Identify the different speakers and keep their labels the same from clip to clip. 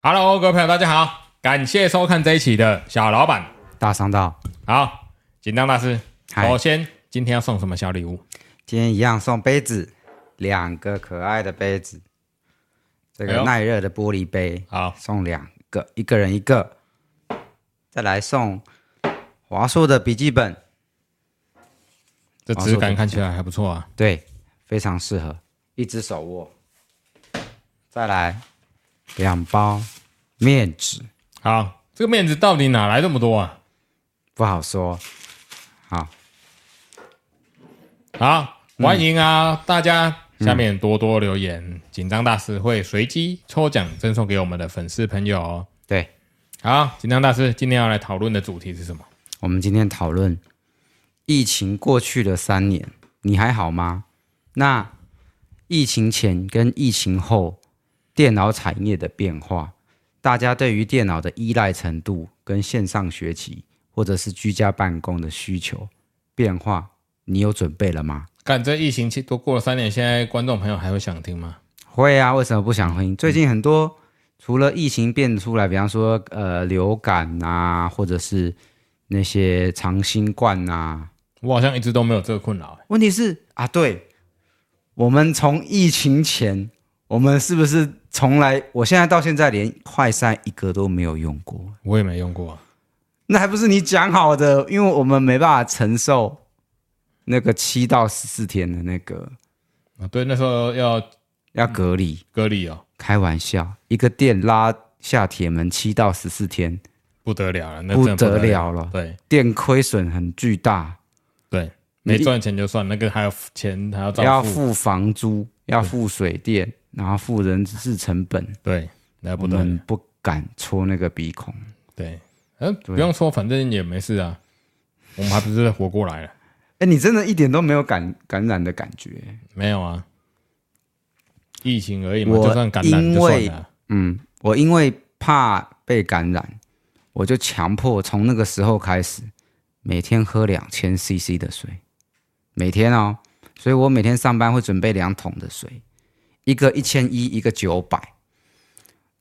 Speaker 1: Hello，各位朋友，大家好，感谢收看这一期的小老板。
Speaker 2: 大商道，
Speaker 1: 好，紧张大师，
Speaker 2: 嗨
Speaker 1: 首先今天要送什么小礼物？
Speaker 2: 今天一样送杯子，两个可爱的杯子，这
Speaker 1: 哎呦
Speaker 2: 个耐热的玻璃杯，
Speaker 1: 好，
Speaker 2: 送两个，一个人一个。再来送华硕的笔记本，
Speaker 1: 这质感看起来还不错啊。
Speaker 2: 对，非常适合，一只手握。再来两包面纸，
Speaker 1: 好，这个面子到底哪来这么多啊？
Speaker 2: 不好说。好，
Speaker 1: 好，欢迎啊，大家下面多多留言，紧张大师会随机抽奖赠送给我们的粉丝朋友哦。
Speaker 2: 对
Speaker 1: 好，紧张大师今天要来讨论的主题是什么？
Speaker 2: 我们今天讨论疫情过去的三年，你还好吗？那疫情前跟疫情后电脑产业的变化，大家对于电脑的依赖程度跟线上学习或者是居家办公的需求变化，你有准备了吗？
Speaker 1: 干这疫情期都过了三年，现在观众朋友还会想听吗？
Speaker 2: 会啊，为什么不想婚姻？最近很多除了疫情变出来，比方说呃流感啊，或者是那些长新冠啊，
Speaker 1: 我好像一直都没有这个困扰、欸
Speaker 2: 问题是啊，对，我们从疫情前，我们是不是从来，我现在到现在连快筛一个都没有用过？
Speaker 1: 我也没用过啊、
Speaker 2: 那还不是你讲好的？因为我们没办法承受那个七到十四天的那个
Speaker 1: 啊，对，那时候要
Speaker 2: 要隔离。
Speaker 1: 隔离哦，
Speaker 2: 开玩笑，一个店拉下铁门七到十四天，
Speaker 1: 不得了了，那真的
Speaker 2: 不得
Speaker 1: 了。
Speaker 2: 了了，
Speaker 1: 对
Speaker 2: 店亏损很巨大，
Speaker 1: 对，
Speaker 2: 你
Speaker 1: 没赚钱就算，那个还有钱还要照
Speaker 2: 要
Speaker 1: 付，
Speaker 2: 付房租，要付水电，然后付人事成本。
Speaker 1: 对，那不
Speaker 2: 我
Speaker 1: 得
Speaker 2: 们
Speaker 1: 了。
Speaker 2: 不敢戳那个鼻孔。
Speaker 1: 对，嗯，不用说，反正也没事啊，我们还不是活过来了？
Speaker 2: 哎，你真的一点都没有感感染的感觉。
Speaker 1: 没有啊，疫情而已嘛，
Speaker 2: 我
Speaker 1: 就算感染
Speaker 2: 因
Speaker 1: 就算
Speaker 2: 为
Speaker 1: 了啊。
Speaker 2: 嗯，我因为怕被感染，我就强迫从那个时候开始，每天喝两千 CC 的水，每天哦。所以我每天上班会准备两桶的水，一个一千一，一个九百，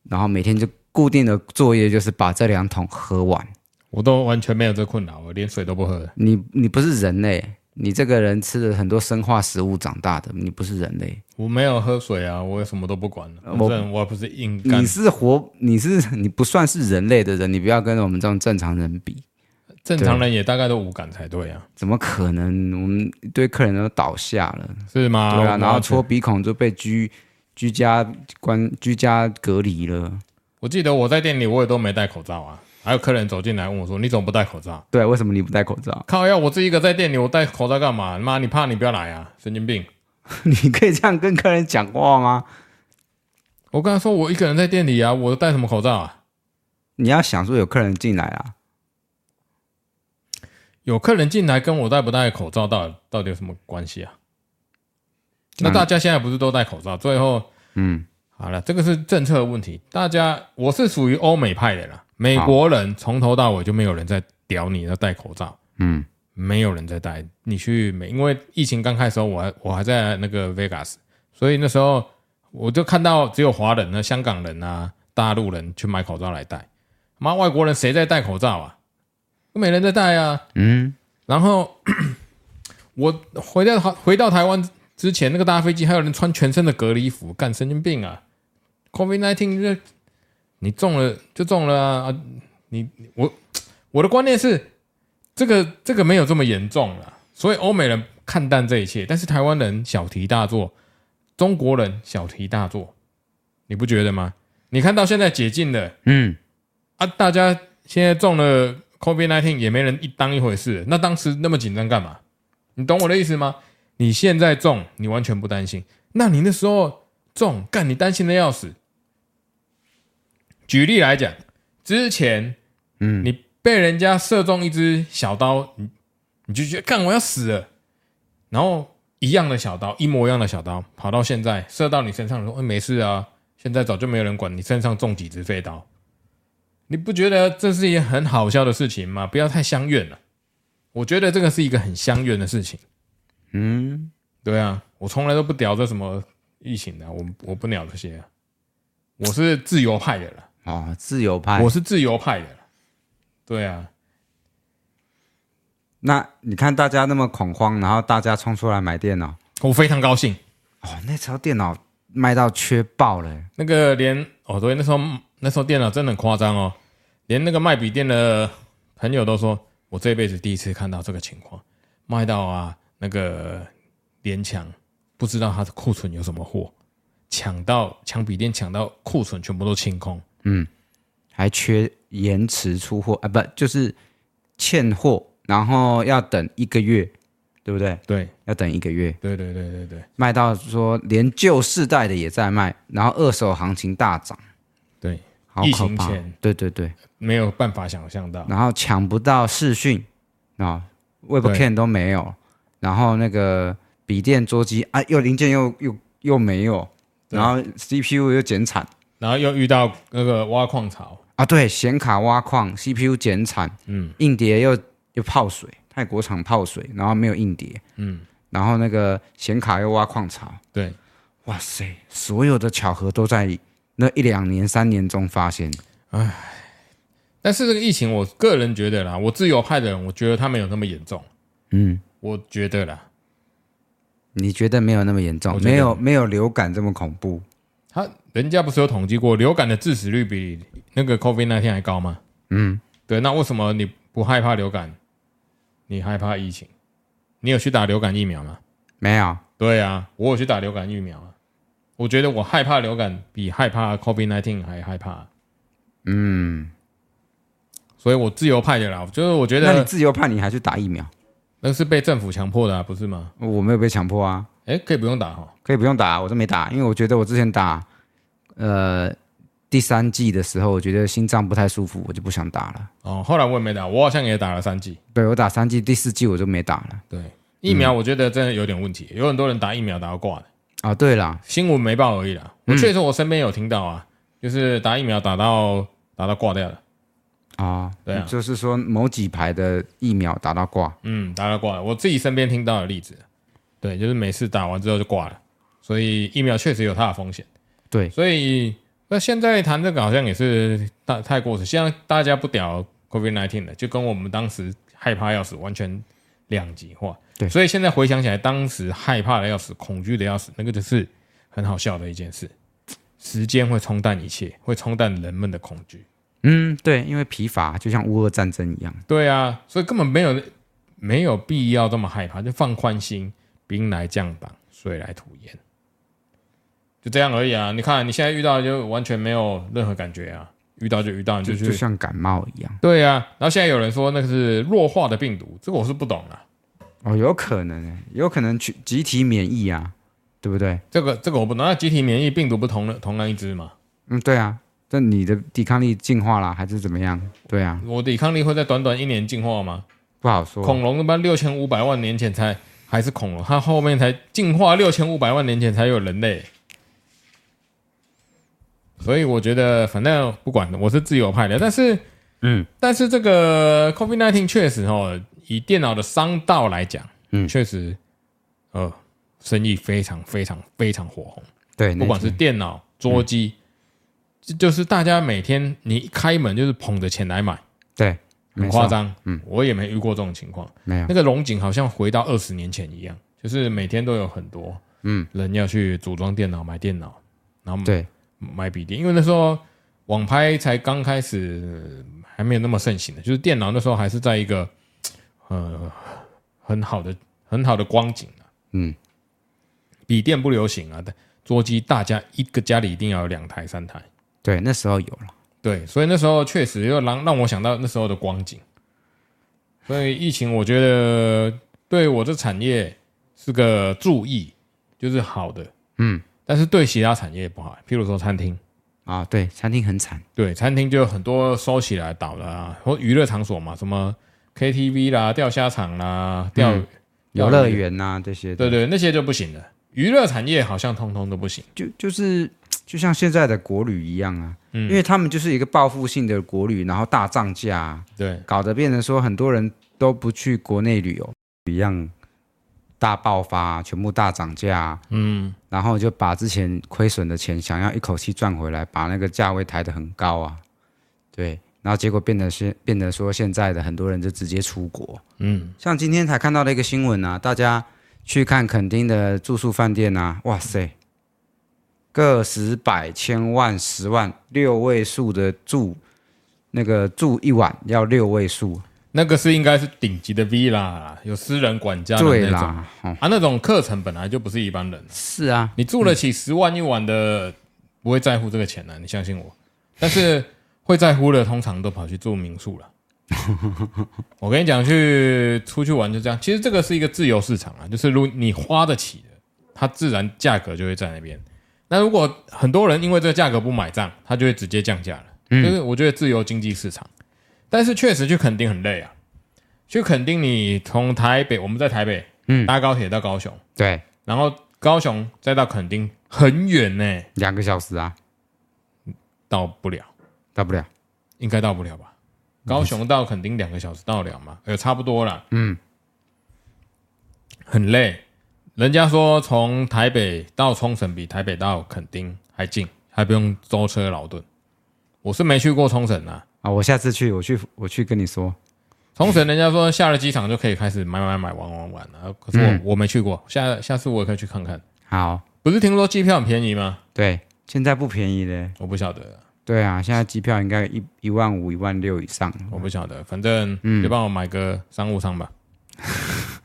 Speaker 2: 然后每天就固定的作业就是把这两桶喝完。
Speaker 1: 我都完全没有这困扰，我连水都不喝了。
Speaker 2: 你你不是人类，你这个人吃了很多生化食物长大的，你不是人类。
Speaker 1: 我没有喝水啊，我什么都不管了，
Speaker 2: 呃
Speaker 1: 反
Speaker 2: 我
Speaker 1: 正我也不是硬干
Speaker 2: 你。是活，你是你不算是人类的人，你不要跟我们这种正常人比，
Speaker 1: 正常人也大概都无感才对啊，
Speaker 2: 怎么可能？我们一堆客人都倒下了，
Speaker 1: 是吗？
Speaker 2: 对啊，
Speaker 1: 我
Speaker 2: 然后
Speaker 1: 完全
Speaker 2: 戳鼻孔就被居居家关居家隔离了，
Speaker 1: 我记得我在店里我也都没戴口罩啊，还有客人走进来问我说：“你怎么不戴口罩
Speaker 2: 对，为什么你不戴口罩？？”
Speaker 1: 靠要我自己一个在店里，我戴口罩干嘛？妈，你怕你不要来啊，神经病！
Speaker 2: 你可以这样跟客人讲话吗？
Speaker 1: 我跟他说我一个人在店里啊，我戴什么口罩啊？
Speaker 2: 你要想说有客人进来啊，
Speaker 1: 有客人进来跟我戴不戴口罩到底到底有什么关系啊？
Speaker 2: 那
Speaker 1: 那大家现在不是都戴口罩？最后，
Speaker 2: 嗯，
Speaker 1: 好了，这个是政策问题。大家，我是属于欧美派的啦，美国人从头到尾就没有人在屌你要戴口罩。
Speaker 2: 嗯，
Speaker 1: 没有人在戴。你去美，因为疫情刚开始的时候，我还我还在那个 Vegas，所以那时候我就看到只有华人啊、香港人啊、大陆人去买口罩来戴。妈，外国人谁在戴口罩啊？都没人在戴啊。
Speaker 2: 嗯，
Speaker 1: 然后 我回到回到台湾之前，那个大飞机还有人穿全身的隔离服，干神经病啊！COVID nineteen 就你中了就中了啊！啊你我我的观念是，这个这个没有这么严重了，所以欧美人看淡这一切，但是台湾人小题大做，中国人小题大做，你不觉得吗？你看到现在解禁了，
Speaker 2: 嗯，
Speaker 1: 啊，大家现在中了 COVID nineteen 也没人一当一回事，那当时那么紧张干嘛？你懂我的意思吗？你现在中，你完全不担心，那你那时候中，干你担心的要死。举例来讲，之前，嗯，你被人家射中一只小刀，你你就觉得干我要死了，然后一样的小刀，一模一样的小刀，跑到现在射到你身上，你说、哎没事啊，现在早就没有人管你身上中几只飞刀，你不觉得这是一件很好笑的事情吗？不要太相怨了，啊我觉得这个是一个很相怨的事情。
Speaker 2: 嗯，
Speaker 1: 对啊，我从来都不屌这什么疫情的啊、我我不鸟这些啊、我是自由派的啦。
Speaker 2: 哦，自由派
Speaker 1: 我。是自由派的啦，对啊，
Speaker 2: 那你看大家那么恐慌，然后大家冲出来买电脑，
Speaker 1: 我非常高兴。
Speaker 2: 哦，那时候电脑卖到缺爆了欸，
Speaker 1: 那个连哦，对，那时候那时候电脑真的很夸张哦，连那个卖笔电的朋友都说，我这辈子第一次看到这个情况，卖到啊那个联强不知道他的库存有什么货，抢到抢笔电抢到库存全部都清空，
Speaker 2: 还缺延迟出货啊，不就是欠货，然后要等一个月，对不对？
Speaker 1: 对
Speaker 2: 要等一个月，
Speaker 1: 对对对对对
Speaker 2: 卖到说连旧世代的也在卖，然后二手行情大涨，
Speaker 1: 对，
Speaker 2: 好
Speaker 1: 疫
Speaker 2: 可
Speaker 1: 情
Speaker 2: 怕
Speaker 1: 前。
Speaker 2: 对对对，
Speaker 1: 没有办法想象到，
Speaker 2: 然后抢不到视讯啊、
Speaker 1: 对
Speaker 2: Webcam 都没有，然后那个笔电桌机啊，又零件又又又没有，
Speaker 1: 对
Speaker 2: 然后 CPU 又减产
Speaker 1: 然后又遇到那个挖矿潮，
Speaker 2: 啊，对，显卡挖矿，CPU 减产，
Speaker 1: 嗯，
Speaker 2: 硬碟又又泡水，泰国厂泡水，然后没有硬碟，
Speaker 1: 嗯，
Speaker 2: 然后那个显卡又挖矿槽，
Speaker 1: 对，
Speaker 2: 哇塞，所有的巧合都在那一两年、三年中发现。
Speaker 1: 但是这个疫情，我个人觉得啦，我自由派的人，我觉得他没有那么严重。
Speaker 2: 嗯，
Speaker 1: 我觉得啦，
Speaker 2: 你觉得没有那么严
Speaker 1: 我
Speaker 2: 重，
Speaker 1: 觉得
Speaker 2: 没有没有流感这么恐怖？
Speaker 1: 他人家不是有统计过流感的致死率比那个 COVID 那天还高吗？
Speaker 2: 嗯，
Speaker 1: 对，那为什么你不害怕流感，你害怕疫情？你有去打流感疫苗吗？
Speaker 2: 没有，
Speaker 1: 对啊，我有去打流感疫苗啊。我觉得我害怕流感比害怕 COVID 1 9还害怕，
Speaker 2: 嗯，
Speaker 1: 所以我自由派的啦，就是我觉
Speaker 2: 那你
Speaker 1: 得
Speaker 2: 自由派你还去打疫苗？
Speaker 1: 那是被政府强迫的、啊，不是吗？
Speaker 2: 我没有被强迫啊，
Speaker 1: 哎，可以不用打哈。
Speaker 2: 可以不用打，我都没打，因为我觉得我之前打，呃，第三季的时候，我觉得心脏不太舒服，我就不想打了。
Speaker 1: 哦，后来我也没打，我好像也打了三剂。
Speaker 2: 对我打三季，第四季我就没打了。
Speaker 1: 对，疫苗我觉得真的有点问题，有很多人打疫苗打到挂的，
Speaker 2: 啊，对啦，
Speaker 1: 新闻没报而已啦。我确实我身边有听到啊，就是打疫苗打到打到挂掉了，
Speaker 2: 啊，
Speaker 1: 对啊
Speaker 2: 就是说某几排的疫苗打到挂，
Speaker 1: 嗯，打到挂了，我自己身边听到的例子，对，就是每次打完之后就挂了，所以疫苗确实有它的风险。
Speaker 2: 对，
Speaker 1: 所以那现在谈这个好像也是太太过时，现在大家不屌 COVID nineteen 了，就跟我们当时害怕要死完全两极化。
Speaker 2: 对
Speaker 1: 所以现在回想起来，当时害怕的要死，恐惧的要死，那个就是很好笑的一件事。时间会冲淡一切，会冲淡人们的恐惧。
Speaker 2: 嗯，对，因为疲乏就像乌俄战争一样，
Speaker 1: 对啊，所以根本没有没有必要这么害怕，就放宽心，兵来将挡，水来土掩，就这样而已啊！你看你现在遇到就完全没有任何感觉啊，遇到就遇到，你
Speaker 2: 就
Speaker 1: 就去
Speaker 2: 就像感冒一样。
Speaker 1: 对啊。然后现在有人说那个是弱化的病毒，这个我是不懂啊，
Speaker 2: 哦，有可能欸，有可能去集体免疫啊，对不对？
Speaker 1: 这个这个我不懂。那集体免疫病毒不同的同样一只嘛？
Speaker 2: 嗯，对啊，但你的抵抗力进化啦，还是怎么样？对啊，
Speaker 1: 我抵抗力会在短短一年进化吗？
Speaker 2: 不好说。
Speaker 1: 恐龙他妈六千五百万年前才还是恐龙，它后面才进化六千五百万年前才有人类。所以我觉得，反正不管，我是自由派的。但是，
Speaker 2: 嗯，
Speaker 1: 但是这个 COVID nineteen 确实哦，以电脑的商道来讲，
Speaker 2: 嗯
Speaker 1: 确实，呃，生意非常非常非常火红。
Speaker 2: 对，
Speaker 1: 不管是
Speaker 2: 那
Speaker 1: 电脑、桌机，
Speaker 2: 嗯
Speaker 1: 就就是大家每天你一开门就是捧着钱来买，
Speaker 2: 对，
Speaker 1: 很
Speaker 2: 没
Speaker 1: 夸
Speaker 2: 错，
Speaker 1: 张。嗯，我也没遇过这种情况。
Speaker 2: 没有
Speaker 1: 那个龙井好像回到二十年前一样，就是每天都有很多嗯人要去组装电脑、买电脑，然后
Speaker 2: 对，
Speaker 1: 买笔电，因为那时候网拍才刚开始，还没有那么盛行的，就是电脑那时候还是在一个呃很好的很好的光景啊。
Speaker 2: 嗯，
Speaker 1: 笔电不流行啊，但桌机大家一个家里一定要有两台三台。
Speaker 2: 对，那时候有了。
Speaker 1: 对，所以那时候确实又让让我想到那时候的光景。所以疫情，我觉得对我这产业是个注意，就是好的，
Speaker 2: 嗯，
Speaker 1: 但是对其他产业不好，譬如说餐厅，
Speaker 2: 啊，对，餐厅很惨，
Speaker 1: 对，餐厅就有很多收起来倒了啊，或娱乐场所嘛，什么 KTV 啦、钓虾场啦、钓、
Speaker 2: 嗯游乐，园呐、这些的，
Speaker 1: 对对，那些就不行了。娱乐产业好像通通都不行。
Speaker 2: 就就是就像现在的国旅一样啊，因为他们就是一个报复性的国旅，然后大涨价啊、
Speaker 1: 对
Speaker 2: 搞得变成说很多人都不去国内旅游一样，大爆发、啊全部大涨价、嗯，然后就把之前亏损的钱想要一口气赚回来，把那个价位抬得很高啊，对，然后结果变得是变得说现在的很多人就直接出国，嗯，像今天才看到的一个新闻啊，大家去看垦丁的住宿饭店啊，哇塞，个十百千万十万六位数的住。那个住一晚要六位数，
Speaker 1: 那个是应该是顶级的 villa，啦有私人管家的
Speaker 2: 对
Speaker 1: 那种啊，
Speaker 2: 啦，哦，
Speaker 1: 那种课程本来就不是一般人，
Speaker 2: 是啊，
Speaker 1: 你住得起十万一晚的，不会在乎这个钱的、啊你相信我。但是会在乎的，通常都跑去住民宿了。我跟你讲，去出去玩就这样。其实这个是一个自由市场啊，就是如你花得起的，它自然价格就会在那边。那如果很多人因为这个价格不买账，它就会直接降价了。就是我觉得自由经济市场，但是确实去垦丁很累啊。去垦丁，你从台北，我们在台北，
Speaker 2: 嗯
Speaker 1: 搭高铁到高雄，
Speaker 2: 对，
Speaker 1: 然后高雄再到垦丁很远呢、
Speaker 2: 两个小时啊，
Speaker 1: 到不了，
Speaker 2: 大不了，
Speaker 1: 应该到不了吧？高雄到垦丁两个小时到得了吗？呃，差不多啦。嗯，很累。人家说从台北到冲绳比台北到垦丁还近，还不用舟车劳顿。我是没去过冲绳啊，
Speaker 2: 啊，我下次去，我去，我去跟你说。
Speaker 1: 冲绳人家说下了机场就可以开始买买买玩玩玩啊，可是我、我没去过，下下次我也可以去看看。
Speaker 2: 好，
Speaker 1: 不是听说机票很便宜吗？
Speaker 2: 对，现在不便宜嘞。
Speaker 1: 我不晓得。
Speaker 2: 对啊，现在机票应该一一万五、一万六以上。
Speaker 1: 我不晓得，反正
Speaker 2: 嗯
Speaker 1: 就帮我买个商务舱 吧。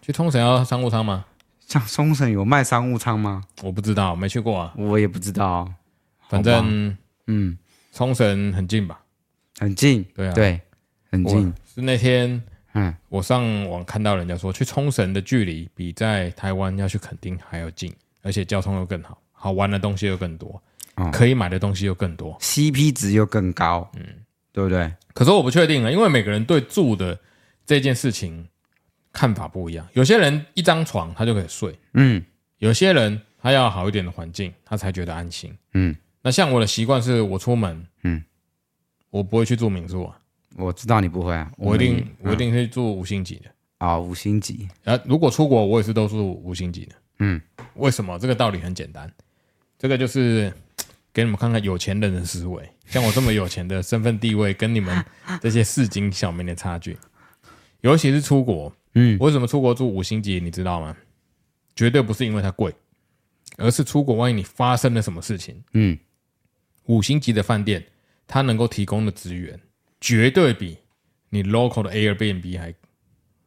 Speaker 1: 去冲绳要商务舱吗？
Speaker 2: 像冲绳有卖商务舱吗？
Speaker 1: 我不知道，没去过啊。
Speaker 2: 我也不知道哦，
Speaker 1: 反
Speaker 2: 好吧
Speaker 1: 正
Speaker 2: 嗯，
Speaker 1: 冲绳很近吧？
Speaker 2: 很近，
Speaker 1: 对啊，
Speaker 2: 对，很
Speaker 1: 我
Speaker 2: 近。
Speaker 1: 是那天
Speaker 2: 嗯，
Speaker 1: 我上网看到人家说，去冲绳的距离比在台湾要去垦丁还要近，而且交通又更好，好玩的东西又更多，
Speaker 2: 哦
Speaker 1: 可以买的东西又更多。
Speaker 2: CP 值又更高，嗯，对不对？
Speaker 1: 可是我不确定啊了，因为每个人对住的这件事情看法不一样。有些人一张床他就可以睡，
Speaker 2: 嗯，
Speaker 1: 有些人他要好一点的环境，他才觉得安心。
Speaker 2: 嗯，
Speaker 1: 那像我的习惯是我出门，
Speaker 2: 嗯，
Speaker 1: 我不会去住民宿啊，
Speaker 2: 我知道你不会啊，
Speaker 1: 我一
Speaker 2: 们
Speaker 1: 定我一定是住五星级的。
Speaker 2: 啊五星级，
Speaker 1: 啊，如果出国，我也是都住五星级的。
Speaker 2: 嗯，
Speaker 1: 为什么？这个道理很简单，这个就是嘖给你们看看有钱人的思维。像我这么有钱的身份地位，跟你们这些市井小民的差距，尤其是出国，
Speaker 2: 嗯，
Speaker 1: 为什么出国住五星级？你知道吗？绝对不是因为它贵，而是出国万一你发生了什么事情，
Speaker 2: 嗯，
Speaker 1: 五星级的饭店它能够提供的资源，绝对比你 local 的 Airbnb 还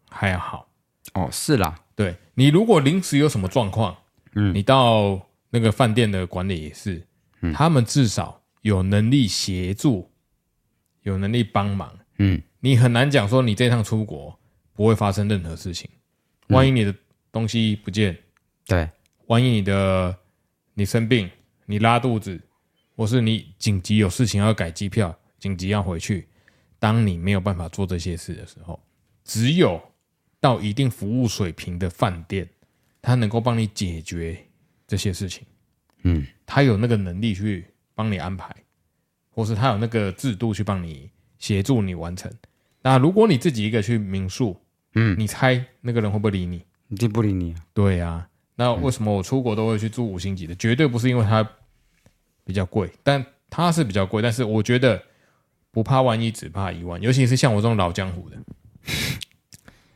Speaker 1: 还要好。
Speaker 2: 哦，是啦，
Speaker 1: 对你如果临时有什么状况，嗯，你到那个饭店的管理也是，他们至少有能力协助，有能力帮忙。
Speaker 2: 嗯，
Speaker 1: 你很难讲说你这趟出国不会发生任何事情，万一你的东西不见，
Speaker 2: 对，
Speaker 1: 万一你的你生病，你拉肚子，或是你紧急有事情要改机票，紧急要回去，当你没有办法做这些事的时候，只有到一定服务水平的饭店，它能够帮你解决这些事情。
Speaker 2: 嗯，
Speaker 1: 它有那个能力去帮你安排，或是它有那个制度去帮你协助你完成。那如果你自己一个去民宿，
Speaker 2: 嗯，
Speaker 1: 你猜那个人会不会理你？
Speaker 2: 一定不理你啊。
Speaker 1: 对啊，那为什么我出国都会去住五星级的？绝对不是因为它比较贵，但它是比较贵，但是我觉得不怕万一，只怕一万。尤其是像我这种老江湖的，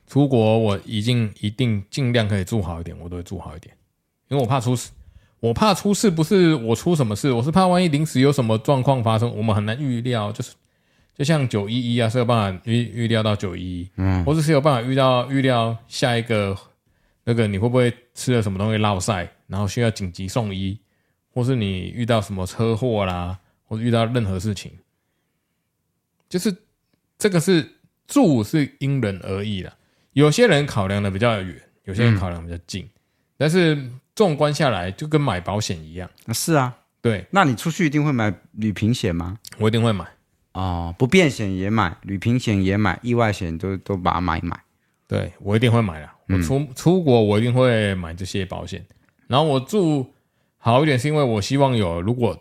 Speaker 1: 出国我一定一定尽量可以住好一点，我都会住好一点，因为我怕出事。我怕出事，不是我出什么事，我是怕万一临时有什么状况发生，我们很难预料。就是就像九一一啊，是有办法预预料到九一一，嗯，或者是有办法预料预料下一个那个你会不会吃了什么东西落晒，然后需要紧急送医，或是你遇到什么车祸啦，或者遇到任何事情，就是这个是住是因人而异的。有些人考量的比较远，有些人考量比较近，但是纵观下来就跟买保险一样，
Speaker 2: 啊是啊，
Speaker 1: 对
Speaker 2: 那你出去一定会买旅平险吗？
Speaker 1: 我一定会买。
Speaker 2: 哦，不便险也买，旅平险也买，意外险都都把它买一买。
Speaker 1: 对我一定会买啦。
Speaker 2: 嗯
Speaker 1: 我出、出国我一定会买这些保险。然后我住好一点，是因为我希望有，如果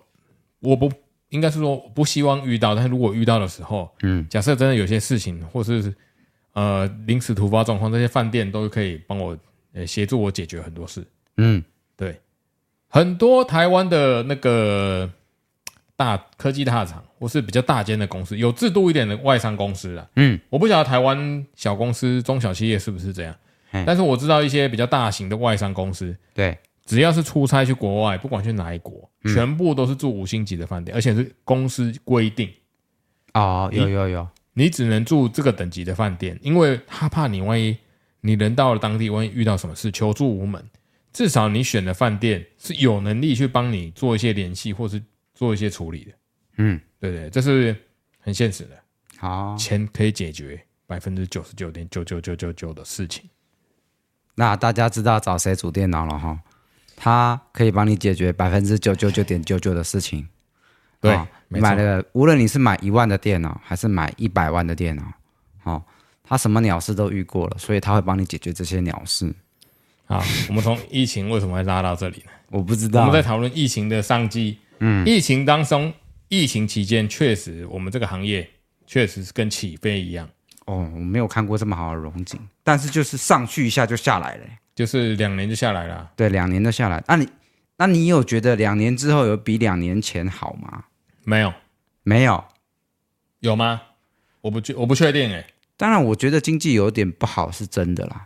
Speaker 1: 我不应该是说不希望遇到，但是如果遇到的时候，
Speaker 2: 嗯，
Speaker 1: 假设真的有些事情或是呃临时突发状况，这些饭店都可以帮我呃协助我解决很多事。
Speaker 2: 嗯，
Speaker 1: 对，很多台湾的那个大科技大厂或是比较大间的公司，有制度一点的外商公司啦。
Speaker 2: 嗯，
Speaker 1: 我不晓得台湾小公司、中小企业是不是这样
Speaker 2: 嘿，
Speaker 1: 但是我知道一些比较大型的外商公司，
Speaker 2: 对，
Speaker 1: 只要是出差去国外，不管去哪一国，
Speaker 2: 嗯
Speaker 1: 全部都是住五星级的饭店，而且是公司规定。
Speaker 2: 哦，有有有，
Speaker 1: 你只能住这个等级的饭店，因为他怕你万一你人到了当地，万一遇到什么事求助无门，至少你选的饭店是有能力去帮你做一些联系或是做一些处理的。
Speaker 2: 嗯，
Speaker 1: 对对，这是很现实的，
Speaker 2: 好，
Speaker 1: 钱可以解决百分之九十九点九九九九九的事情。
Speaker 2: 那大家知道找谁组电脑了哈？它可以帮你解决百分之九九九点九九的事情。
Speaker 1: 对
Speaker 2: 哦，
Speaker 1: 没
Speaker 2: 买
Speaker 1: 错，
Speaker 2: 了，无论你是买一万的电脑还是买一百万的电脑，哦，他什么鸟事都遇过了，所以他会帮你解决这些鸟事。
Speaker 1: 好，啊我们从疫情为什么会拉到这里呢？
Speaker 2: 我不知
Speaker 1: 我
Speaker 2: 道
Speaker 1: 们，在讨论疫情的商机。嗯，疫情当中，疫情期间确实我们这个行业确实是跟起飞一样。
Speaker 2: 哦，我没有看过这么好的荣景，但是就是上去一下就下来了欸、
Speaker 1: 就是两年就下来了啊，
Speaker 2: 对，两年都下来。那、你，那你有觉得两年之后有比两年前好吗？
Speaker 1: 没有
Speaker 2: 没有。
Speaker 1: 有吗？我不确我不确定哎、
Speaker 2: 当然，我觉得经济有点不好是真的啦。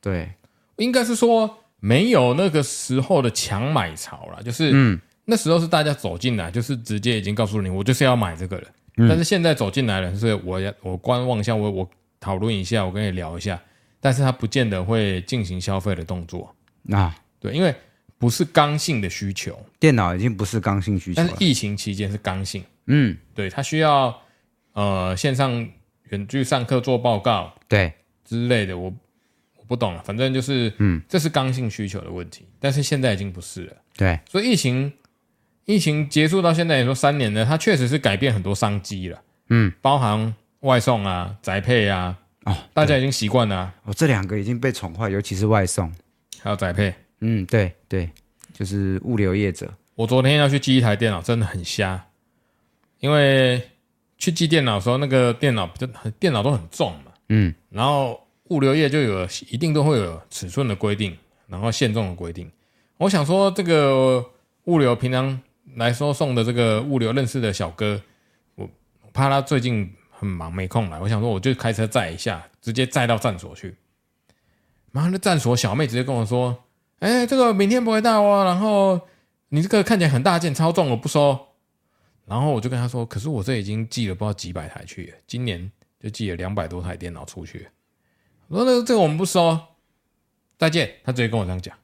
Speaker 2: 对，
Speaker 1: 应该是说没有那个时候的强买潮啦，就是
Speaker 2: 嗯
Speaker 1: 那时候是大家走进来，就是直接已经告诉你我就是要买这个了，但是现在走进来了，是我要我观望一下，我我讨论一下，我跟你聊一下，但是他不见得会进行消费的动作，
Speaker 2: 啊，
Speaker 1: 对，因为不是刚性的需求，啊
Speaker 2: 电脑已经不是刚性需求
Speaker 1: 但是
Speaker 2: 了。
Speaker 1: 疫情期间是刚性。
Speaker 2: 嗯，
Speaker 1: 对他需要呃线上远距上课做报告
Speaker 2: 对，
Speaker 1: 之类的，我我不懂了，啊反正就是嗯，这是刚性需求的问题，但是现在已经不是了，
Speaker 2: 对，
Speaker 1: 所以疫情疫情结束到现在也说三年了，它确实是改变很多商机了，
Speaker 2: 嗯，
Speaker 1: 包含外送啊、宅配啊，
Speaker 2: 哦，
Speaker 1: 大家已经习惯了啊、
Speaker 2: 我、哦这两个已经被宠坏，尤其是外送。
Speaker 1: 还有宅配。
Speaker 2: 嗯，对对，就是物流业者。
Speaker 1: 我昨天要去寄一台电脑，真的很瞎，因为去寄电脑的时候，那个电脑比较电脑都很重嘛，
Speaker 2: 嗯，
Speaker 1: 然后物流业就有一定都会有尺寸的规定，然后限重的规定。我想说，这个物流平常来说送的这个物流认识的小哥，我我怕他最近很忙没空来，我想说我就开车载一下，直接载到站所去。妈的，站所小妹直接跟我说：“哎、这个明天不会到哦，然后你这个看起来很大件，超重，我不收。”然后我就跟他说：“可是我这已经寄了不知道几百台去了，今年就寄了两百多台电脑出去。”我说：“那这个我们不收，再见。”他直接跟我这样讲。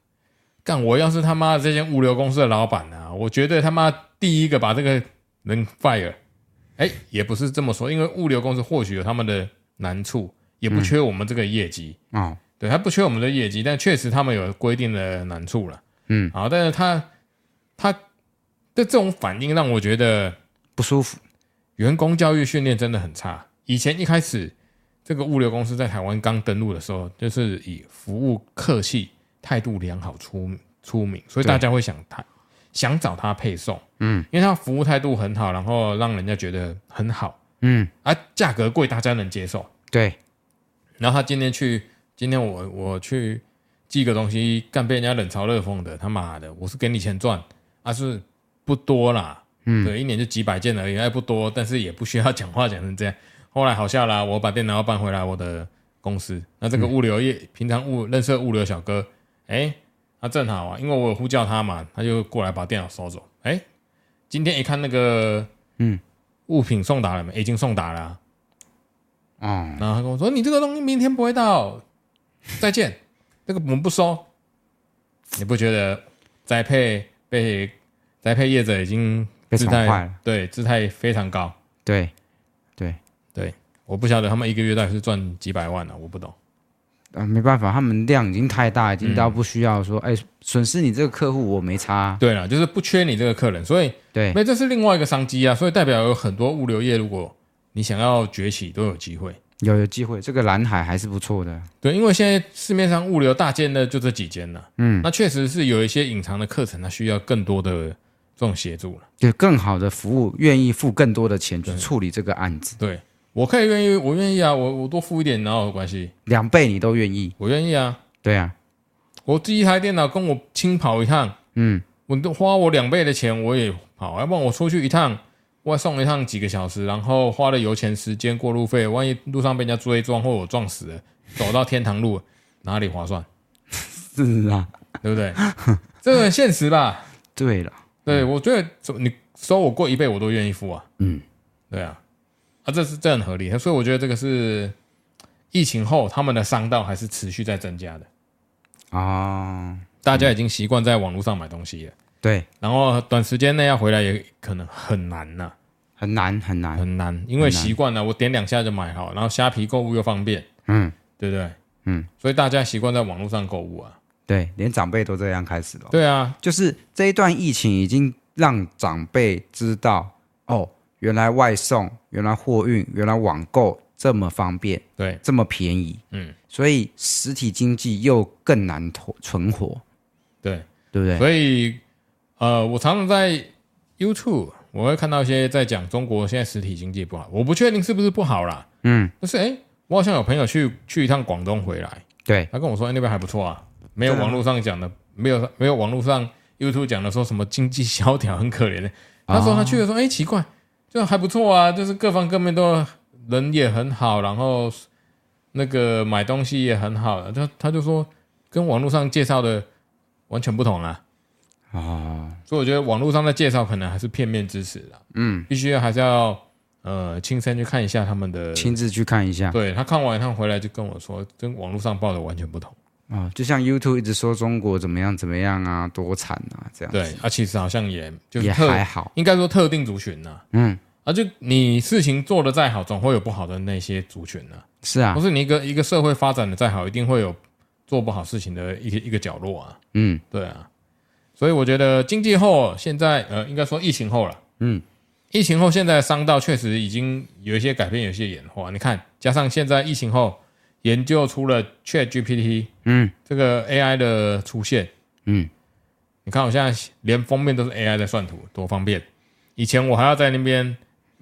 Speaker 1: 干，我要是他妈的这间物流公司的老板啊，我绝对他妈第一个把这个人 fire。哎，也不是这么说，因为物流公司或许有他们的难处，也不缺我们这个业绩。
Speaker 2: 哦，
Speaker 1: 对，他不缺我们的业绩，但确实他们有规定的难处了。
Speaker 2: 嗯，
Speaker 1: 好，但是他他的这种反应让我觉得
Speaker 2: 不舒服。
Speaker 1: 员工教育训练真的很差。以前一开始这个物流公司在台湾刚登陆的时候，就是以服务客气、态度良好出出名，所以
Speaker 2: 对
Speaker 1: 大家会想他想找他配送，
Speaker 2: 嗯，
Speaker 1: 因为他服务态度很好，然后让人家觉得很好，
Speaker 2: 嗯，
Speaker 1: 啊，价格贵大家能接受。
Speaker 2: 对，
Speaker 1: 然后他今天去，今天我我去寄个东西，干被人家冷嘲热讽的，他妈的，我是给你钱赚，啊是不多啦，嗯，对，一年就几百件而已，哎不多，但是也不需要讲话讲成这样。后来好笑啦，我把电脑搬回来我的公司，那这个
Speaker 2: 嗯
Speaker 1: 物流业、平常物认识的物流小哥，哎，他正好啊，因为我有呼叫他嘛，他就过来把电脑收走，哎，今天一看那个，
Speaker 2: 嗯，
Speaker 1: 物品送达了没？已经送达了啊、
Speaker 2: 哦，
Speaker 1: 然后他跟我说：“你这个东西明天不会到，再见， 这个我们不收。”你不觉得栽培被栽培业者已经
Speaker 2: 被
Speaker 1: 姿
Speaker 2: 宠坏
Speaker 1: 态
Speaker 2: 了。
Speaker 1: 对姿态非常高？
Speaker 2: 对，对，
Speaker 1: 我不晓得他们一个月到底是赚几百万了、我不懂。
Speaker 2: 啊，没办法，他们量已经太大，已经到不需要说，哎、损失你这个客户我没差啊。
Speaker 1: 对了，就是不缺你这个客人，所以
Speaker 2: 对，
Speaker 1: 那这是另外一个商机啊。所以代表有很多物流业，如果你想要崛起，都有机会。
Speaker 2: 有有机会，这个蓝海还是不错的。
Speaker 1: 对，因为现在市面上物流大件的就这几间了，嗯，那确实是有一些隐藏的课程，它需要更多的这种协助了。
Speaker 2: 有更好的服务，愿意付更多的钱去处理这个案子，
Speaker 1: 对，我可以愿意，我愿意啊，我我多付一点，哪有关系？
Speaker 2: 两倍你都愿意。
Speaker 1: 我愿意啊，
Speaker 2: 对啊，
Speaker 1: 我第一台电脑跟我亲跑一趟，
Speaker 2: 嗯，
Speaker 1: 我都花我两倍的钱我也跑，要不然我出去一趟，外送一趟几个小时，然后花了油钱、时间、过路费，万一路上被人家追撞或我撞死了，走到天堂路哪里划 算，
Speaker 2: 是啊，
Speaker 1: 对不对？这个很现实吧？
Speaker 2: 对了，
Speaker 1: 对，我觉得怎么你收我过一倍我都愿意付啊。
Speaker 2: 嗯，
Speaker 1: 对啊，啊，这是这很合理，所以我觉得这个是疫情后他们的商道还是持续在增加的，
Speaker 2: 哦，
Speaker 1: 大家已经习惯在网络上买东西了。
Speaker 2: 对，
Speaker 1: 然后短时间内要回来也可能很难呐、
Speaker 2: 很难嗯很难，
Speaker 1: 很难，因为习惯了，我点两下就买好，然后虾皮购物又方便，
Speaker 2: 嗯，
Speaker 1: 对不对？
Speaker 2: 嗯，
Speaker 1: 所以大家习惯在网络上购物啊。
Speaker 2: 对，连长辈都这样开始了。
Speaker 1: 对啊，
Speaker 2: 就是这一段疫情已经让长辈知道，哦，原来外送，原来货运，原来网购这么方便，
Speaker 1: 对，
Speaker 2: 这么便宜，
Speaker 1: 嗯，
Speaker 2: 所以实体经济又更难存存活，
Speaker 1: 对，
Speaker 2: 对不对？
Speaker 1: 所以呃，我常常在 YouTube 我会看到一些在讲中国现在实体经济不好，我不确定是不是不好啦，
Speaker 2: 嗯，
Speaker 1: 但是诶，我好像有朋友去去一趟广东回来，
Speaker 2: 对，
Speaker 1: 他跟我说，哎、那边还不错啊，没有
Speaker 2: 真的吗
Speaker 1: 网络上讲的，没有没有网络上 YouTube 讲的说什么经济萧条很可怜的。那
Speaker 2: 啊
Speaker 1: 时候他去的时候，哎、奇怪，就还不错啊，就是各方各面都人也很好，然后那个买东西也很好，他他就说跟网络上介绍的完全不同啊。
Speaker 2: 哦，
Speaker 1: 所以我觉得网络上的介绍可能还是片面之词啦，
Speaker 2: 嗯，
Speaker 1: 必须还是要呃亲身去看一下他们的。
Speaker 2: 亲自去看一下，
Speaker 1: 对他看完一趟回来就跟我说，跟网络上报的完全不同。
Speaker 2: 啊、就像 YouTube 一直说中国怎么样怎么样啊，多惨啊，这样子
Speaker 1: 对，啊，其实好像也就是
Speaker 2: 也
Speaker 1: 特，
Speaker 2: 还好，
Speaker 1: 应该说特定族群呐、啊。
Speaker 2: 嗯，
Speaker 1: 就你事情做得再好，总会有不好的那些族群呐、
Speaker 2: 是
Speaker 1: 啊。
Speaker 2: 啊
Speaker 1: 不，是你一个一个社会发展的再好，一定会有做不好事情的一个一个角落啊。
Speaker 2: 嗯，
Speaker 1: 对啊，所以我觉得经济后现在呃，应该说疫情后了，
Speaker 2: 嗯，
Speaker 1: 疫情后现在商道确实已经有一些改变，有一些演化。你看，加上现在疫情后研究出了 Chat GPT，
Speaker 2: 嗯，
Speaker 1: 这个 AI 的出现，
Speaker 2: 嗯，
Speaker 1: 你看我现在连封面都是 AI 在算图，多方便！以前我还要在那边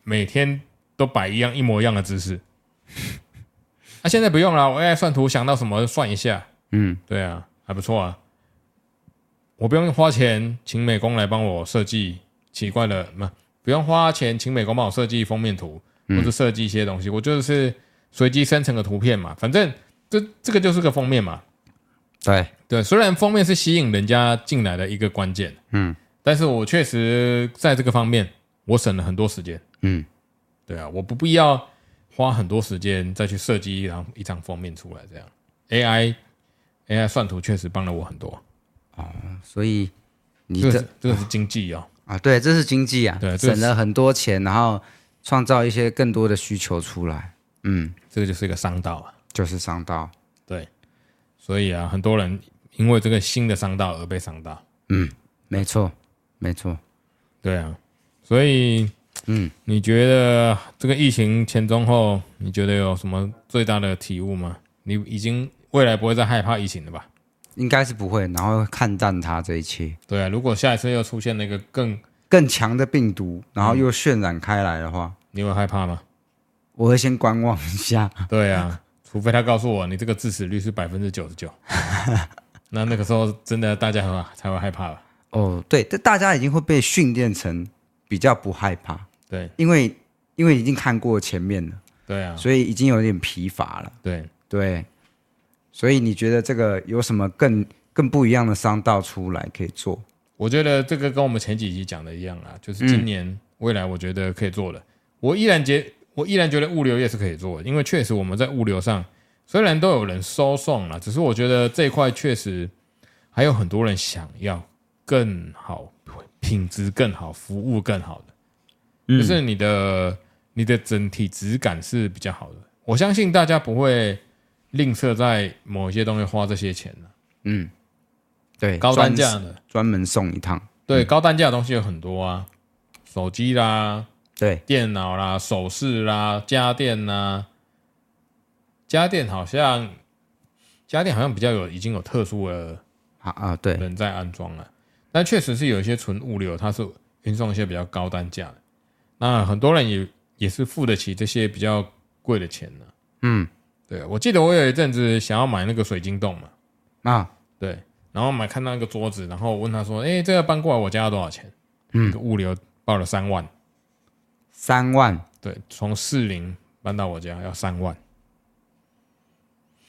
Speaker 1: 每天都摆一样一模一样的姿势，那、现在不用了，我 AI 算图想到什么就算一下，
Speaker 2: 嗯，
Speaker 1: 对啊，还不错啊。我不用花钱请美工来帮我设计奇怪的，不不用花钱请美工帮我设计封面图，或者设计一些东西，我就是随机生成个图片嘛，反正这这个就是个封面嘛，
Speaker 2: 对，
Speaker 1: 对，虽然封面是吸引人家进来的一个关键，
Speaker 2: 嗯，
Speaker 1: 但是我确实在这个方面我省了很多时间，
Speaker 2: 嗯，
Speaker 1: 对啊，我不必要花很多时间再去设计一张一张封面出来，这样 AI AI 算图确实帮了我很多，
Speaker 2: 所以你
Speaker 1: 这
Speaker 2: 这
Speaker 1: 个是这个是经济哦，
Speaker 2: 啊，对，这是经济啊，
Speaker 1: 对这是
Speaker 2: 省了很多钱，然后创造一些更多的需求出来，嗯，
Speaker 1: 这个就是一个商道啊，
Speaker 2: 就是商道，
Speaker 1: 所以啊，很多人因为这个新的商道而被商道，
Speaker 2: 没错，没错，
Speaker 1: 对啊，所以
Speaker 2: 嗯，
Speaker 1: 你觉得这个疫情前中后，你觉得有什么最大的体悟吗？你已经未来不会再害怕疫情了吧？
Speaker 2: 应该是不会，然后看淡它这一切，
Speaker 1: 对啊，如果下一次又出现了一个更，
Speaker 2: 更强的病毒，然后又渲染开来的话，
Speaker 1: 你会害怕吗？
Speaker 2: 我会先观望一下，
Speaker 1: 对啊，除非他告诉我你这个致死率是百分之九十九，那那个时候真的大家很才会害怕吧？
Speaker 2: 哦，对，但大家已经会被训练成比较不害怕，
Speaker 1: 对
Speaker 2: 因为因为已经看过前面了，
Speaker 1: 对啊，
Speaker 2: 所以已经有点疲乏了。
Speaker 1: 对，
Speaker 2: 对，所以你觉得这个有什么更更不一样的商道出来可以做？
Speaker 1: 我觉得这个跟我们前几集讲的一样啊，就是今年、未来我觉得可以做的，我依然觉我依然觉得物流业是可以做的，因为确实我们在物流上虽然都有人收送了，只是我觉得这一块确实还有很多人想要更好、品质更好、服务更好的，就是你的你的整体质感是比较好的。我相信大家不会吝啬在某一些东西花这些钱的，
Speaker 2: 对，
Speaker 1: 高单价
Speaker 2: 专
Speaker 1: 的。
Speaker 2: 专门送一趟。
Speaker 1: 对，高单价的东西有很多啊，手机啦、
Speaker 2: 对，
Speaker 1: 电脑啦、首饰啦、家电啦。家电好像，家电好像比较有已经有特殊的
Speaker 2: 啊啊，对，
Speaker 1: 人在安装了，但确实是有一些纯物流，它是运送一些比较高单价的，那很多人也也是付得起这些比较贵的钱呢、
Speaker 2: 嗯，
Speaker 1: 对，我记得我有一阵子想要买那个水晶洞嘛，
Speaker 2: 啊，
Speaker 1: 对，然后我们看到一个桌子，然后我问他说：“哎、这个搬过来我家要多少钱？”嗯，物流报了三万，
Speaker 2: 三万，
Speaker 1: 对，从士林搬到我家要三万。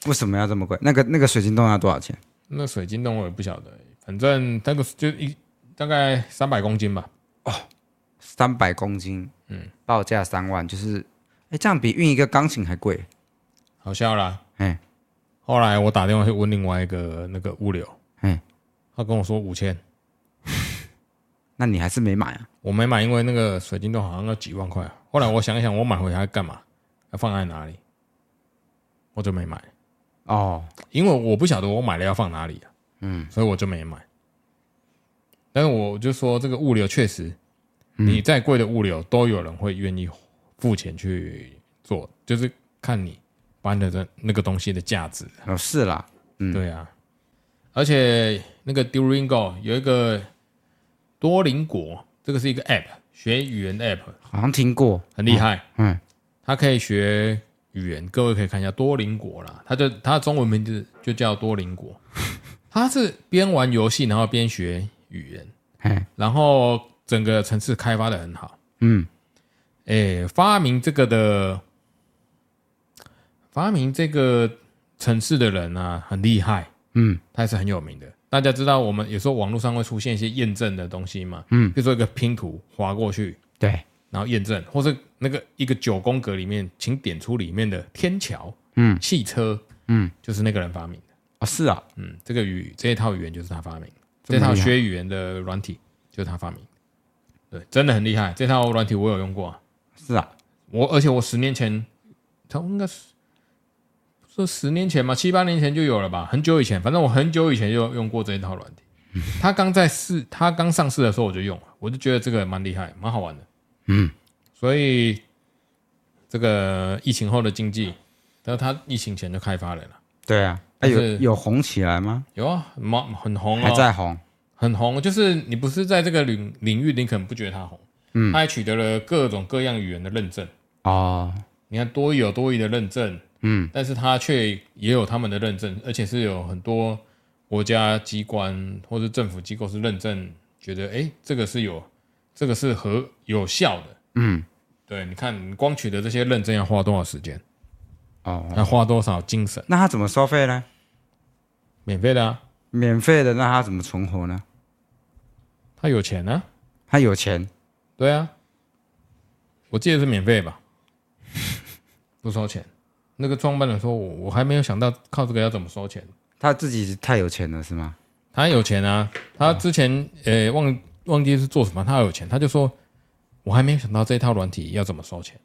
Speaker 2: 为什么要这么贵？那个那个水晶洞要多少钱？
Speaker 1: 那水晶洞我也不晓得，反正那个就一大概三百公斤吧。
Speaker 2: 三百公斤，嗯，报价三万，就是，哎，这样比运一个钢琴还贵。
Speaker 1: 好笑啦。
Speaker 2: 哎，
Speaker 1: 后来我打电话去问另外一个那个物流，
Speaker 2: 嗯，
Speaker 1: 他跟我说五千，
Speaker 2: 那你还是没买啊？
Speaker 1: 我没买，因为那个水晶洞好像要几万块。啊后来我想一想，我买回来干嘛？要放在哪里？我就没买，
Speaker 2: 哦，
Speaker 1: 因为我不晓得我买了要放哪里啊。嗯，所以我就没买。但是我就说，这个物流确实，你再贵的物流都有人会愿意付钱去做，就是看你搬的这那个东西的价值。
Speaker 2: 哦是啦，
Speaker 1: 对啊，而且那个 Duolingo 有一个多邻国，这个是一个 App 学语言的 App，
Speaker 2: 好像听过，
Speaker 1: 很厉害。
Speaker 2: 嗯，
Speaker 1: 它可以学语言，各位可以看一下多邻国啦，它就它的中文名字就叫多邻国。 它是边玩游戏然后边学语言，
Speaker 2: 嘿，
Speaker 1: 然后整个城市开发的很好。
Speaker 2: 嗯，
Speaker 1: 诶，发明这个的发明这个城市的人啊，很厉害。
Speaker 2: 嗯，
Speaker 1: 他是很有名的。大家知道，我们有时候网络上会出现一些验证的东西嘛，嗯，比如说一个拼图划过去，
Speaker 2: 对，
Speaker 1: 然后验证，或是那个一个九宫格里面，请点出里面的天桥，
Speaker 2: 嗯，
Speaker 1: 汽车，嗯，就是那个人发明的，
Speaker 2: 哦，是啊，
Speaker 1: 嗯，这个语这一套语言就是他发明的，
Speaker 2: 这
Speaker 1: 这
Speaker 2: 么
Speaker 1: 套
Speaker 2: 厉害
Speaker 1: 学语言的软体就是他发明的，对，真的很厉害。这套软体我有用过啊、
Speaker 2: 是啊，
Speaker 1: 我而且我十年前，他应该是说十年前嘛，七八年前就有了吧，很久以前，反正我很久以前就用过这一套软体。它刚在试，它刚上市的时候我就用了，我就觉得这个蛮厉害，蛮好玩的。嗯，所以这个疫情后的经济，但它疫情前就开发了啦。
Speaker 2: 对啊，哎，
Speaker 1: 但是
Speaker 2: 有有红起来吗？
Speaker 1: 有啊，蛮很红
Speaker 2: 还
Speaker 1: 哦，
Speaker 2: 在红，
Speaker 1: 很红。就是你不是在这个领领域，你可能不觉得它红，嗯，它还取得了各种各样语言的认证。
Speaker 2: 哦，
Speaker 1: 你看多语有多语的认证，嗯，但是它却也有他们的认证，而且是有很多国家机关或是政府机构是认证，觉得诶这个是有，这个是合有效的，嗯，对，你看你光取得这些认证要花多少时间，
Speaker 2: 哦，
Speaker 1: 要花多少精神，
Speaker 2: 那他怎么收费呢？
Speaker 1: 免费的啊，
Speaker 2: 免费的，那他怎么存活呢？
Speaker 1: 他有钱啊，
Speaker 2: 他有钱，
Speaker 1: 对啊，我记得是免费吧， 不收钱。那个创办人说：“我我还没有想到靠这个要怎么收钱。”
Speaker 2: 他自己太有钱了是吗？
Speaker 1: 他有钱啊，他之前呃、忘忘记是做什么，他有钱，他就说，我还没有想到这套软体要怎么收 钱，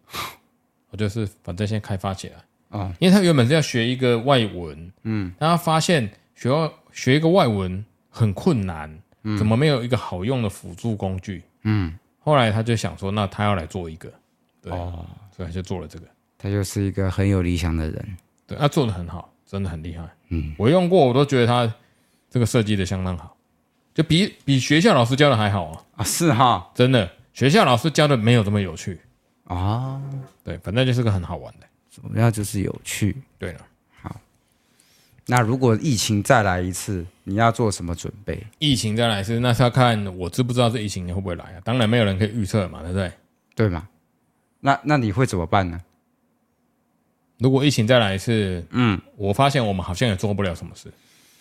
Speaker 1: 我就是反正先开发起来
Speaker 2: 哦，
Speaker 1: 因为他原本是要学一个外文，啊嗯，但他发现学外学一个外文很困难，嗯，怎么没有一个好用的辅助工具？嗯，后来他就想说，那他要来做一个，对，所以他就做了这个，
Speaker 2: 他就是一个很有理想的人，
Speaker 1: 对，他做的很好，真的很厉害。嗯，我用过，我都觉得他这个设计的相当好，就比比学校老师教的还好啊！
Speaker 2: 啊、是哈，
Speaker 1: 真的，学校老师教的没有这么有趣。
Speaker 2: 哦，
Speaker 1: 对，反正就是个很好玩的。
Speaker 2: 主要就是有趣。
Speaker 1: 对了，
Speaker 2: 那如果疫情再来一次，你要做什么准备？
Speaker 1: 疫情再来是，那是要看我知不知道这疫情会不会来啊？当然没有人可以预测嘛，对不对？
Speaker 2: 对吗？那那你会怎么办呢？
Speaker 1: 如果疫情再来一次，嗯，我发现我们好像也做不了什么事。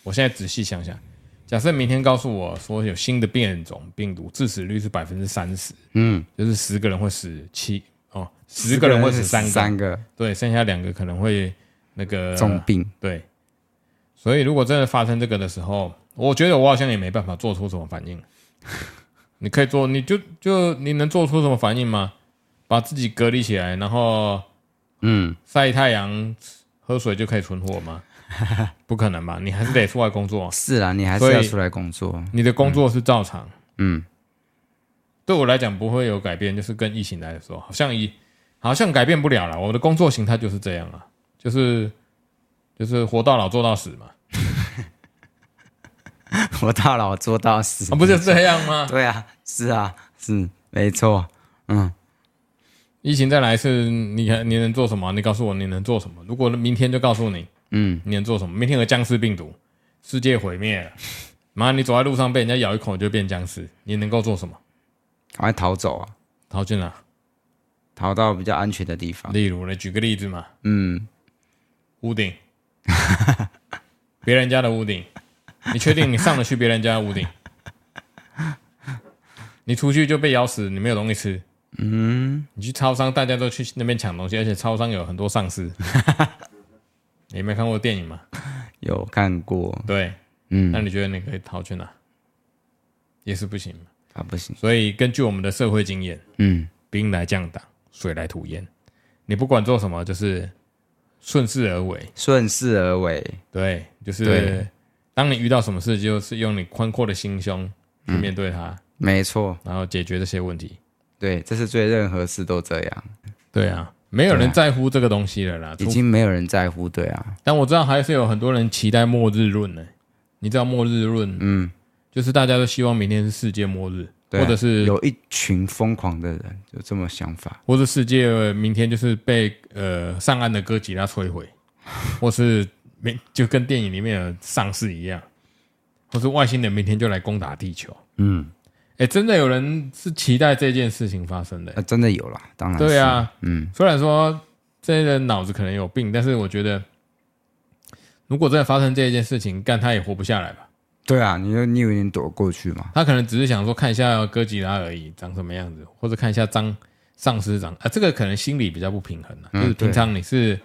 Speaker 1: 我现在仔细想想，假设明天告诉我说有新的变种病毒，致死率是百分之三十，
Speaker 2: 嗯，
Speaker 1: 就是十个人会死七哦，十个人会死三个，
Speaker 2: 三个
Speaker 1: 对，啊剩下两个可能会那个
Speaker 2: 重病，
Speaker 1: 对，所以如果真的发生这个的时候，我觉得我好像也没办法做出什么反应。 你可以做，你就就你能做出什么反应吗？把自己隔离起来，然后
Speaker 2: 嗯，
Speaker 1: 晒太阳、喝水就可以存活吗？ 不可能吧？你还是得出来工作。
Speaker 2: 是啊啦，你还
Speaker 1: 所
Speaker 2: 是
Speaker 1: 以
Speaker 2: 要出来工作，
Speaker 1: 你的工作是照常，
Speaker 2: 嗯，
Speaker 1: 对我来讲不会有改变，就是跟疫情来的时候，好像一好像改变不了了。我的工作形态就是这样啊，就是就是活到老做到死嘛，
Speaker 2: 我到老做到死
Speaker 1: 啊，不就这样吗？
Speaker 2: 对啊，是啊，是没错，嗯，
Speaker 1: 疫情再来一次，你还你能做什么？你告诉我你能做什么？如果明天就告诉你，
Speaker 2: 嗯，
Speaker 1: 你能做什么？明天有僵尸病毒，世界毁灭了，妈，你走在路上被人家咬一口你就变僵尸，你能够做什么？
Speaker 2: 赶快逃走啊，
Speaker 1: 逃去哪？
Speaker 2: 逃到比较安全的地方。
Speaker 1: 例如呢，举个例子嘛，
Speaker 2: 啊嗯，
Speaker 1: 屋顶，别人家的屋顶，你确定你上得去别人家的屋顶？你出去就被咬死，你没有东西吃。嗯，你去超商，大家都去那边抢东西，而且超商有很多丧尸。你没看过电影吗？
Speaker 2: 有看过，
Speaker 1: 对，
Speaker 2: 嗯，
Speaker 1: 那你觉得你可以逃去哪？也是不行嘛。
Speaker 2: 啊不行，
Speaker 1: 所以根据我们的社会经验，
Speaker 2: 嗯，
Speaker 1: 兵来将挡，水来土掩。你不管做什么，就是顺势而为。
Speaker 2: 顺势而为，
Speaker 1: 对，就是
Speaker 2: 对
Speaker 1: 当你遇到什么事，就是用你宽阔的心胸去
Speaker 2: 嗯
Speaker 1: 面对它，
Speaker 2: 没错，
Speaker 1: 然后解决这些问题。
Speaker 2: 对，这是对任何事都这样，
Speaker 1: 对啊，没有
Speaker 2: 对
Speaker 1: 人
Speaker 2: 啊
Speaker 1: 在乎这个东西了啦。
Speaker 2: 已
Speaker 1: 除
Speaker 2: 经没有人在乎，对啊，
Speaker 1: 但我知道还是有很多人期待末日论呢、你知道末日论？
Speaker 2: 嗯，
Speaker 1: 就是大家都希望明天是世界末日，
Speaker 2: 对啊
Speaker 1: 或者是
Speaker 2: 有一群疯狂的人有这么想法，
Speaker 1: 或者世界呃明天就是被呃上岸的哥吉拉摧 毁，或是明就跟电影里面的丧尸一样，或是外星人明天就来攻打地球。
Speaker 2: 嗯，
Speaker 1: 哎，真的有人是期待这件事情发生的、
Speaker 2: 那、啊真的有啦，当然是
Speaker 1: 对，啊，
Speaker 2: 嗯，
Speaker 1: 虽然说这些人脑子可能有病，但是我觉得，如果真的发生这一件事情，干他也活不下来吧。
Speaker 2: 对啊，你就你以为你躲过去嘛？
Speaker 1: 他可能只是想说看一下哥吉拉而已，长什么样子，或者看一下张丧尸长啊，这个可能心理比较不平衡啊，
Speaker 2: 嗯
Speaker 1: 就是平
Speaker 2: 对
Speaker 1: 常你是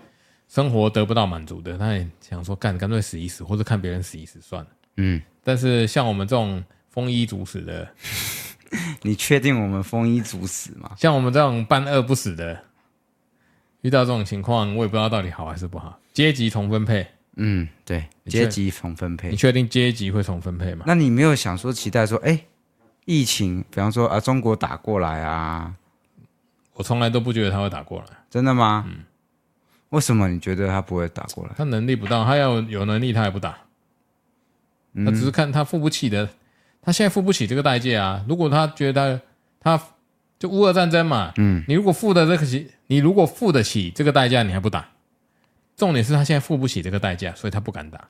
Speaker 1: 生活得不到满足的，他也想说干干脆死一死，或者看别人死一死算了。
Speaker 2: 嗯，
Speaker 1: 但是像我们这种丰衣足食的，
Speaker 2: 你确定我们丰衣足食吗？
Speaker 1: 像我们这种半饿不死的，遇到这种情况，我也不知道到底好还是不好。阶级重分配，
Speaker 2: 嗯，对，
Speaker 1: 你确
Speaker 2: 阶级重分配
Speaker 1: 你，确定阶级会重分配吗？
Speaker 2: 那你没有想说期待说，哎、疫情，比方说啊，中国打过来啊，
Speaker 1: 我从来都不觉得他会打过来，
Speaker 2: 真的吗？嗯，为什么你觉得他不会打过来？
Speaker 1: 他能力不到，他要有能力他也不打，他只是看他付不起的，他现在付不起这个代价啊。如果他觉得他他就乌俄战争嘛，嗯，你如果付的这个起，你如果付得起这个代价，你还不打，重点是他现在付不起这个代价，所以他不敢打。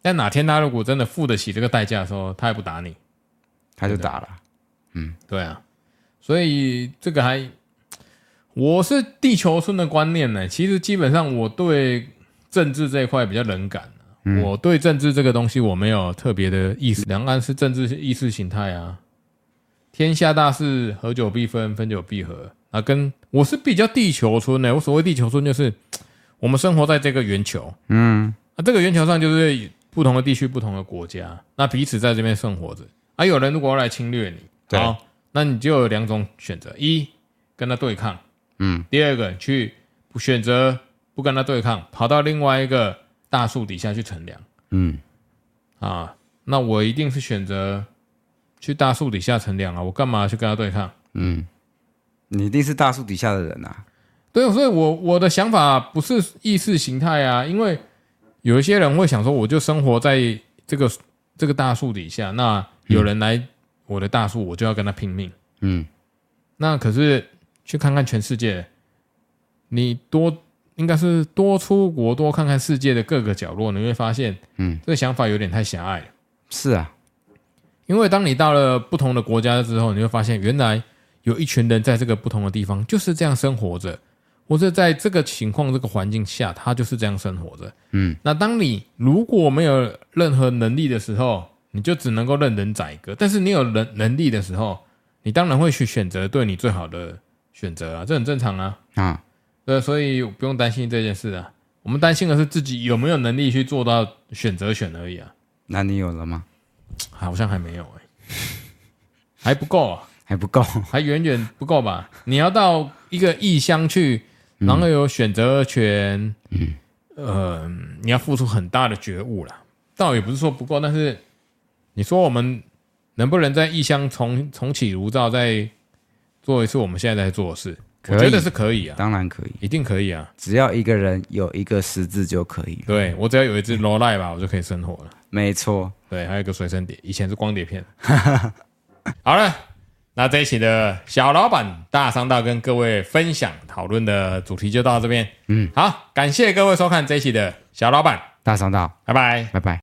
Speaker 1: 但哪天他如果真的付得起这个代价的时候，他也不打你，
Speaker 2: 他就打了。
Speaker 1: 对啊，所以这个还我是地球村的观念呢。其实基本上我对政治这一块比较冷感、啊我对政治这个东西我没有特别的意识。两岸是政治意识形态啊，天下大事合久必分，分久必合啊。跟我是比较地球村的、我所谓地球村就是我们生活在这个圆球，嗯，啊，这个圆球上就是不同的地区、不同的国家，那彼此在这边生活着。啊，有人如果要来侵略你，
Speaker 2: 对
Speaker 1: 好，那你就有两种选择：一跟他对抗，
Speaker 2: 嗯，
Speaker 1: 第二个去不选择不跟他对抗，跑到另外一个大树底下去乘凉
Speaker 2: 嗯，
Speaker 1: 啊。那我一定是选择去大树底下乘凉啊，我干嘛去跟他对抗？
Speaker 2: 你一定是大树底下的人啊。
Speaker 1: 对，所以我我的想法不是意识形态啊，因为有一些人会想说，我就生活在这个这个大树底下，那有人来我的大树，我就要跟他拼命。
Speaker 2: 嗯，
Speaker 1: 那可是去看看全世界，你多应该是多出国，多看看世界的各个角落，你会发现，
Speaker 2: 嗯，
Speaker 1: 这个想法有点太狭隘了。
Speaker 2: 是啊，
Speaker 1: 因为当你到了不同的国家之后，你会发现原来有一群人在这个不同的地方就是这样生活着，或者在这个情况、这个环境下，他就是这样生活着。
Speaker 2: 嗯，
Speaker 1: 那当你如果没有任何能力的时候，你就只能够任人宰割；但是你有能能力的时候，你当然会去选择对你最好的选择啊，这很正常啊。
Speaker 2: 啊，
Speaker 1: 对，所以不用担心这件事啊。我们担心的是自己有没有能力去做到选择权而已啊，
Speaker 2: 那你有了吗？
Speaker 1: 好像还没有哎、还不够啊。
Speaker 2: 还不 够。
Speaker 1: 还远远不够吧？你要到一个异乡去，
Speaker 2: 嗯
Speaker 1: 然后有选择权，嗯，呃，你要付出很大的觉悟啦。倒也不是说不够，但是你说我们能不能在异乡重重启炉灶，再做一次我们现在在做的事？
Speaker 2: 可
Speaker 1: 我
Speaker 2: 以
Speaker 1: 觉得是可以啊，
Speaker 2: 当然可以，
Speaker 1: 一定可以啊。
Speaker 2: 只要一个人有一个十字就可以了。
Speaker 1: 对我只要有一只 l o l i 吧，我就可以生活了。
Speaker 2: 没错，
Speaker 1: 对，还有一个随身碟，以前是光碟片。 好了，那这一期的小老板大商道跟各位分享讨论的主题就到这边。嗯，好，感谢各位收看这一期的小老板，
Speaker 2: 大商道，
Speaker 1: 拜拜。
Speaker 2: 拜拜。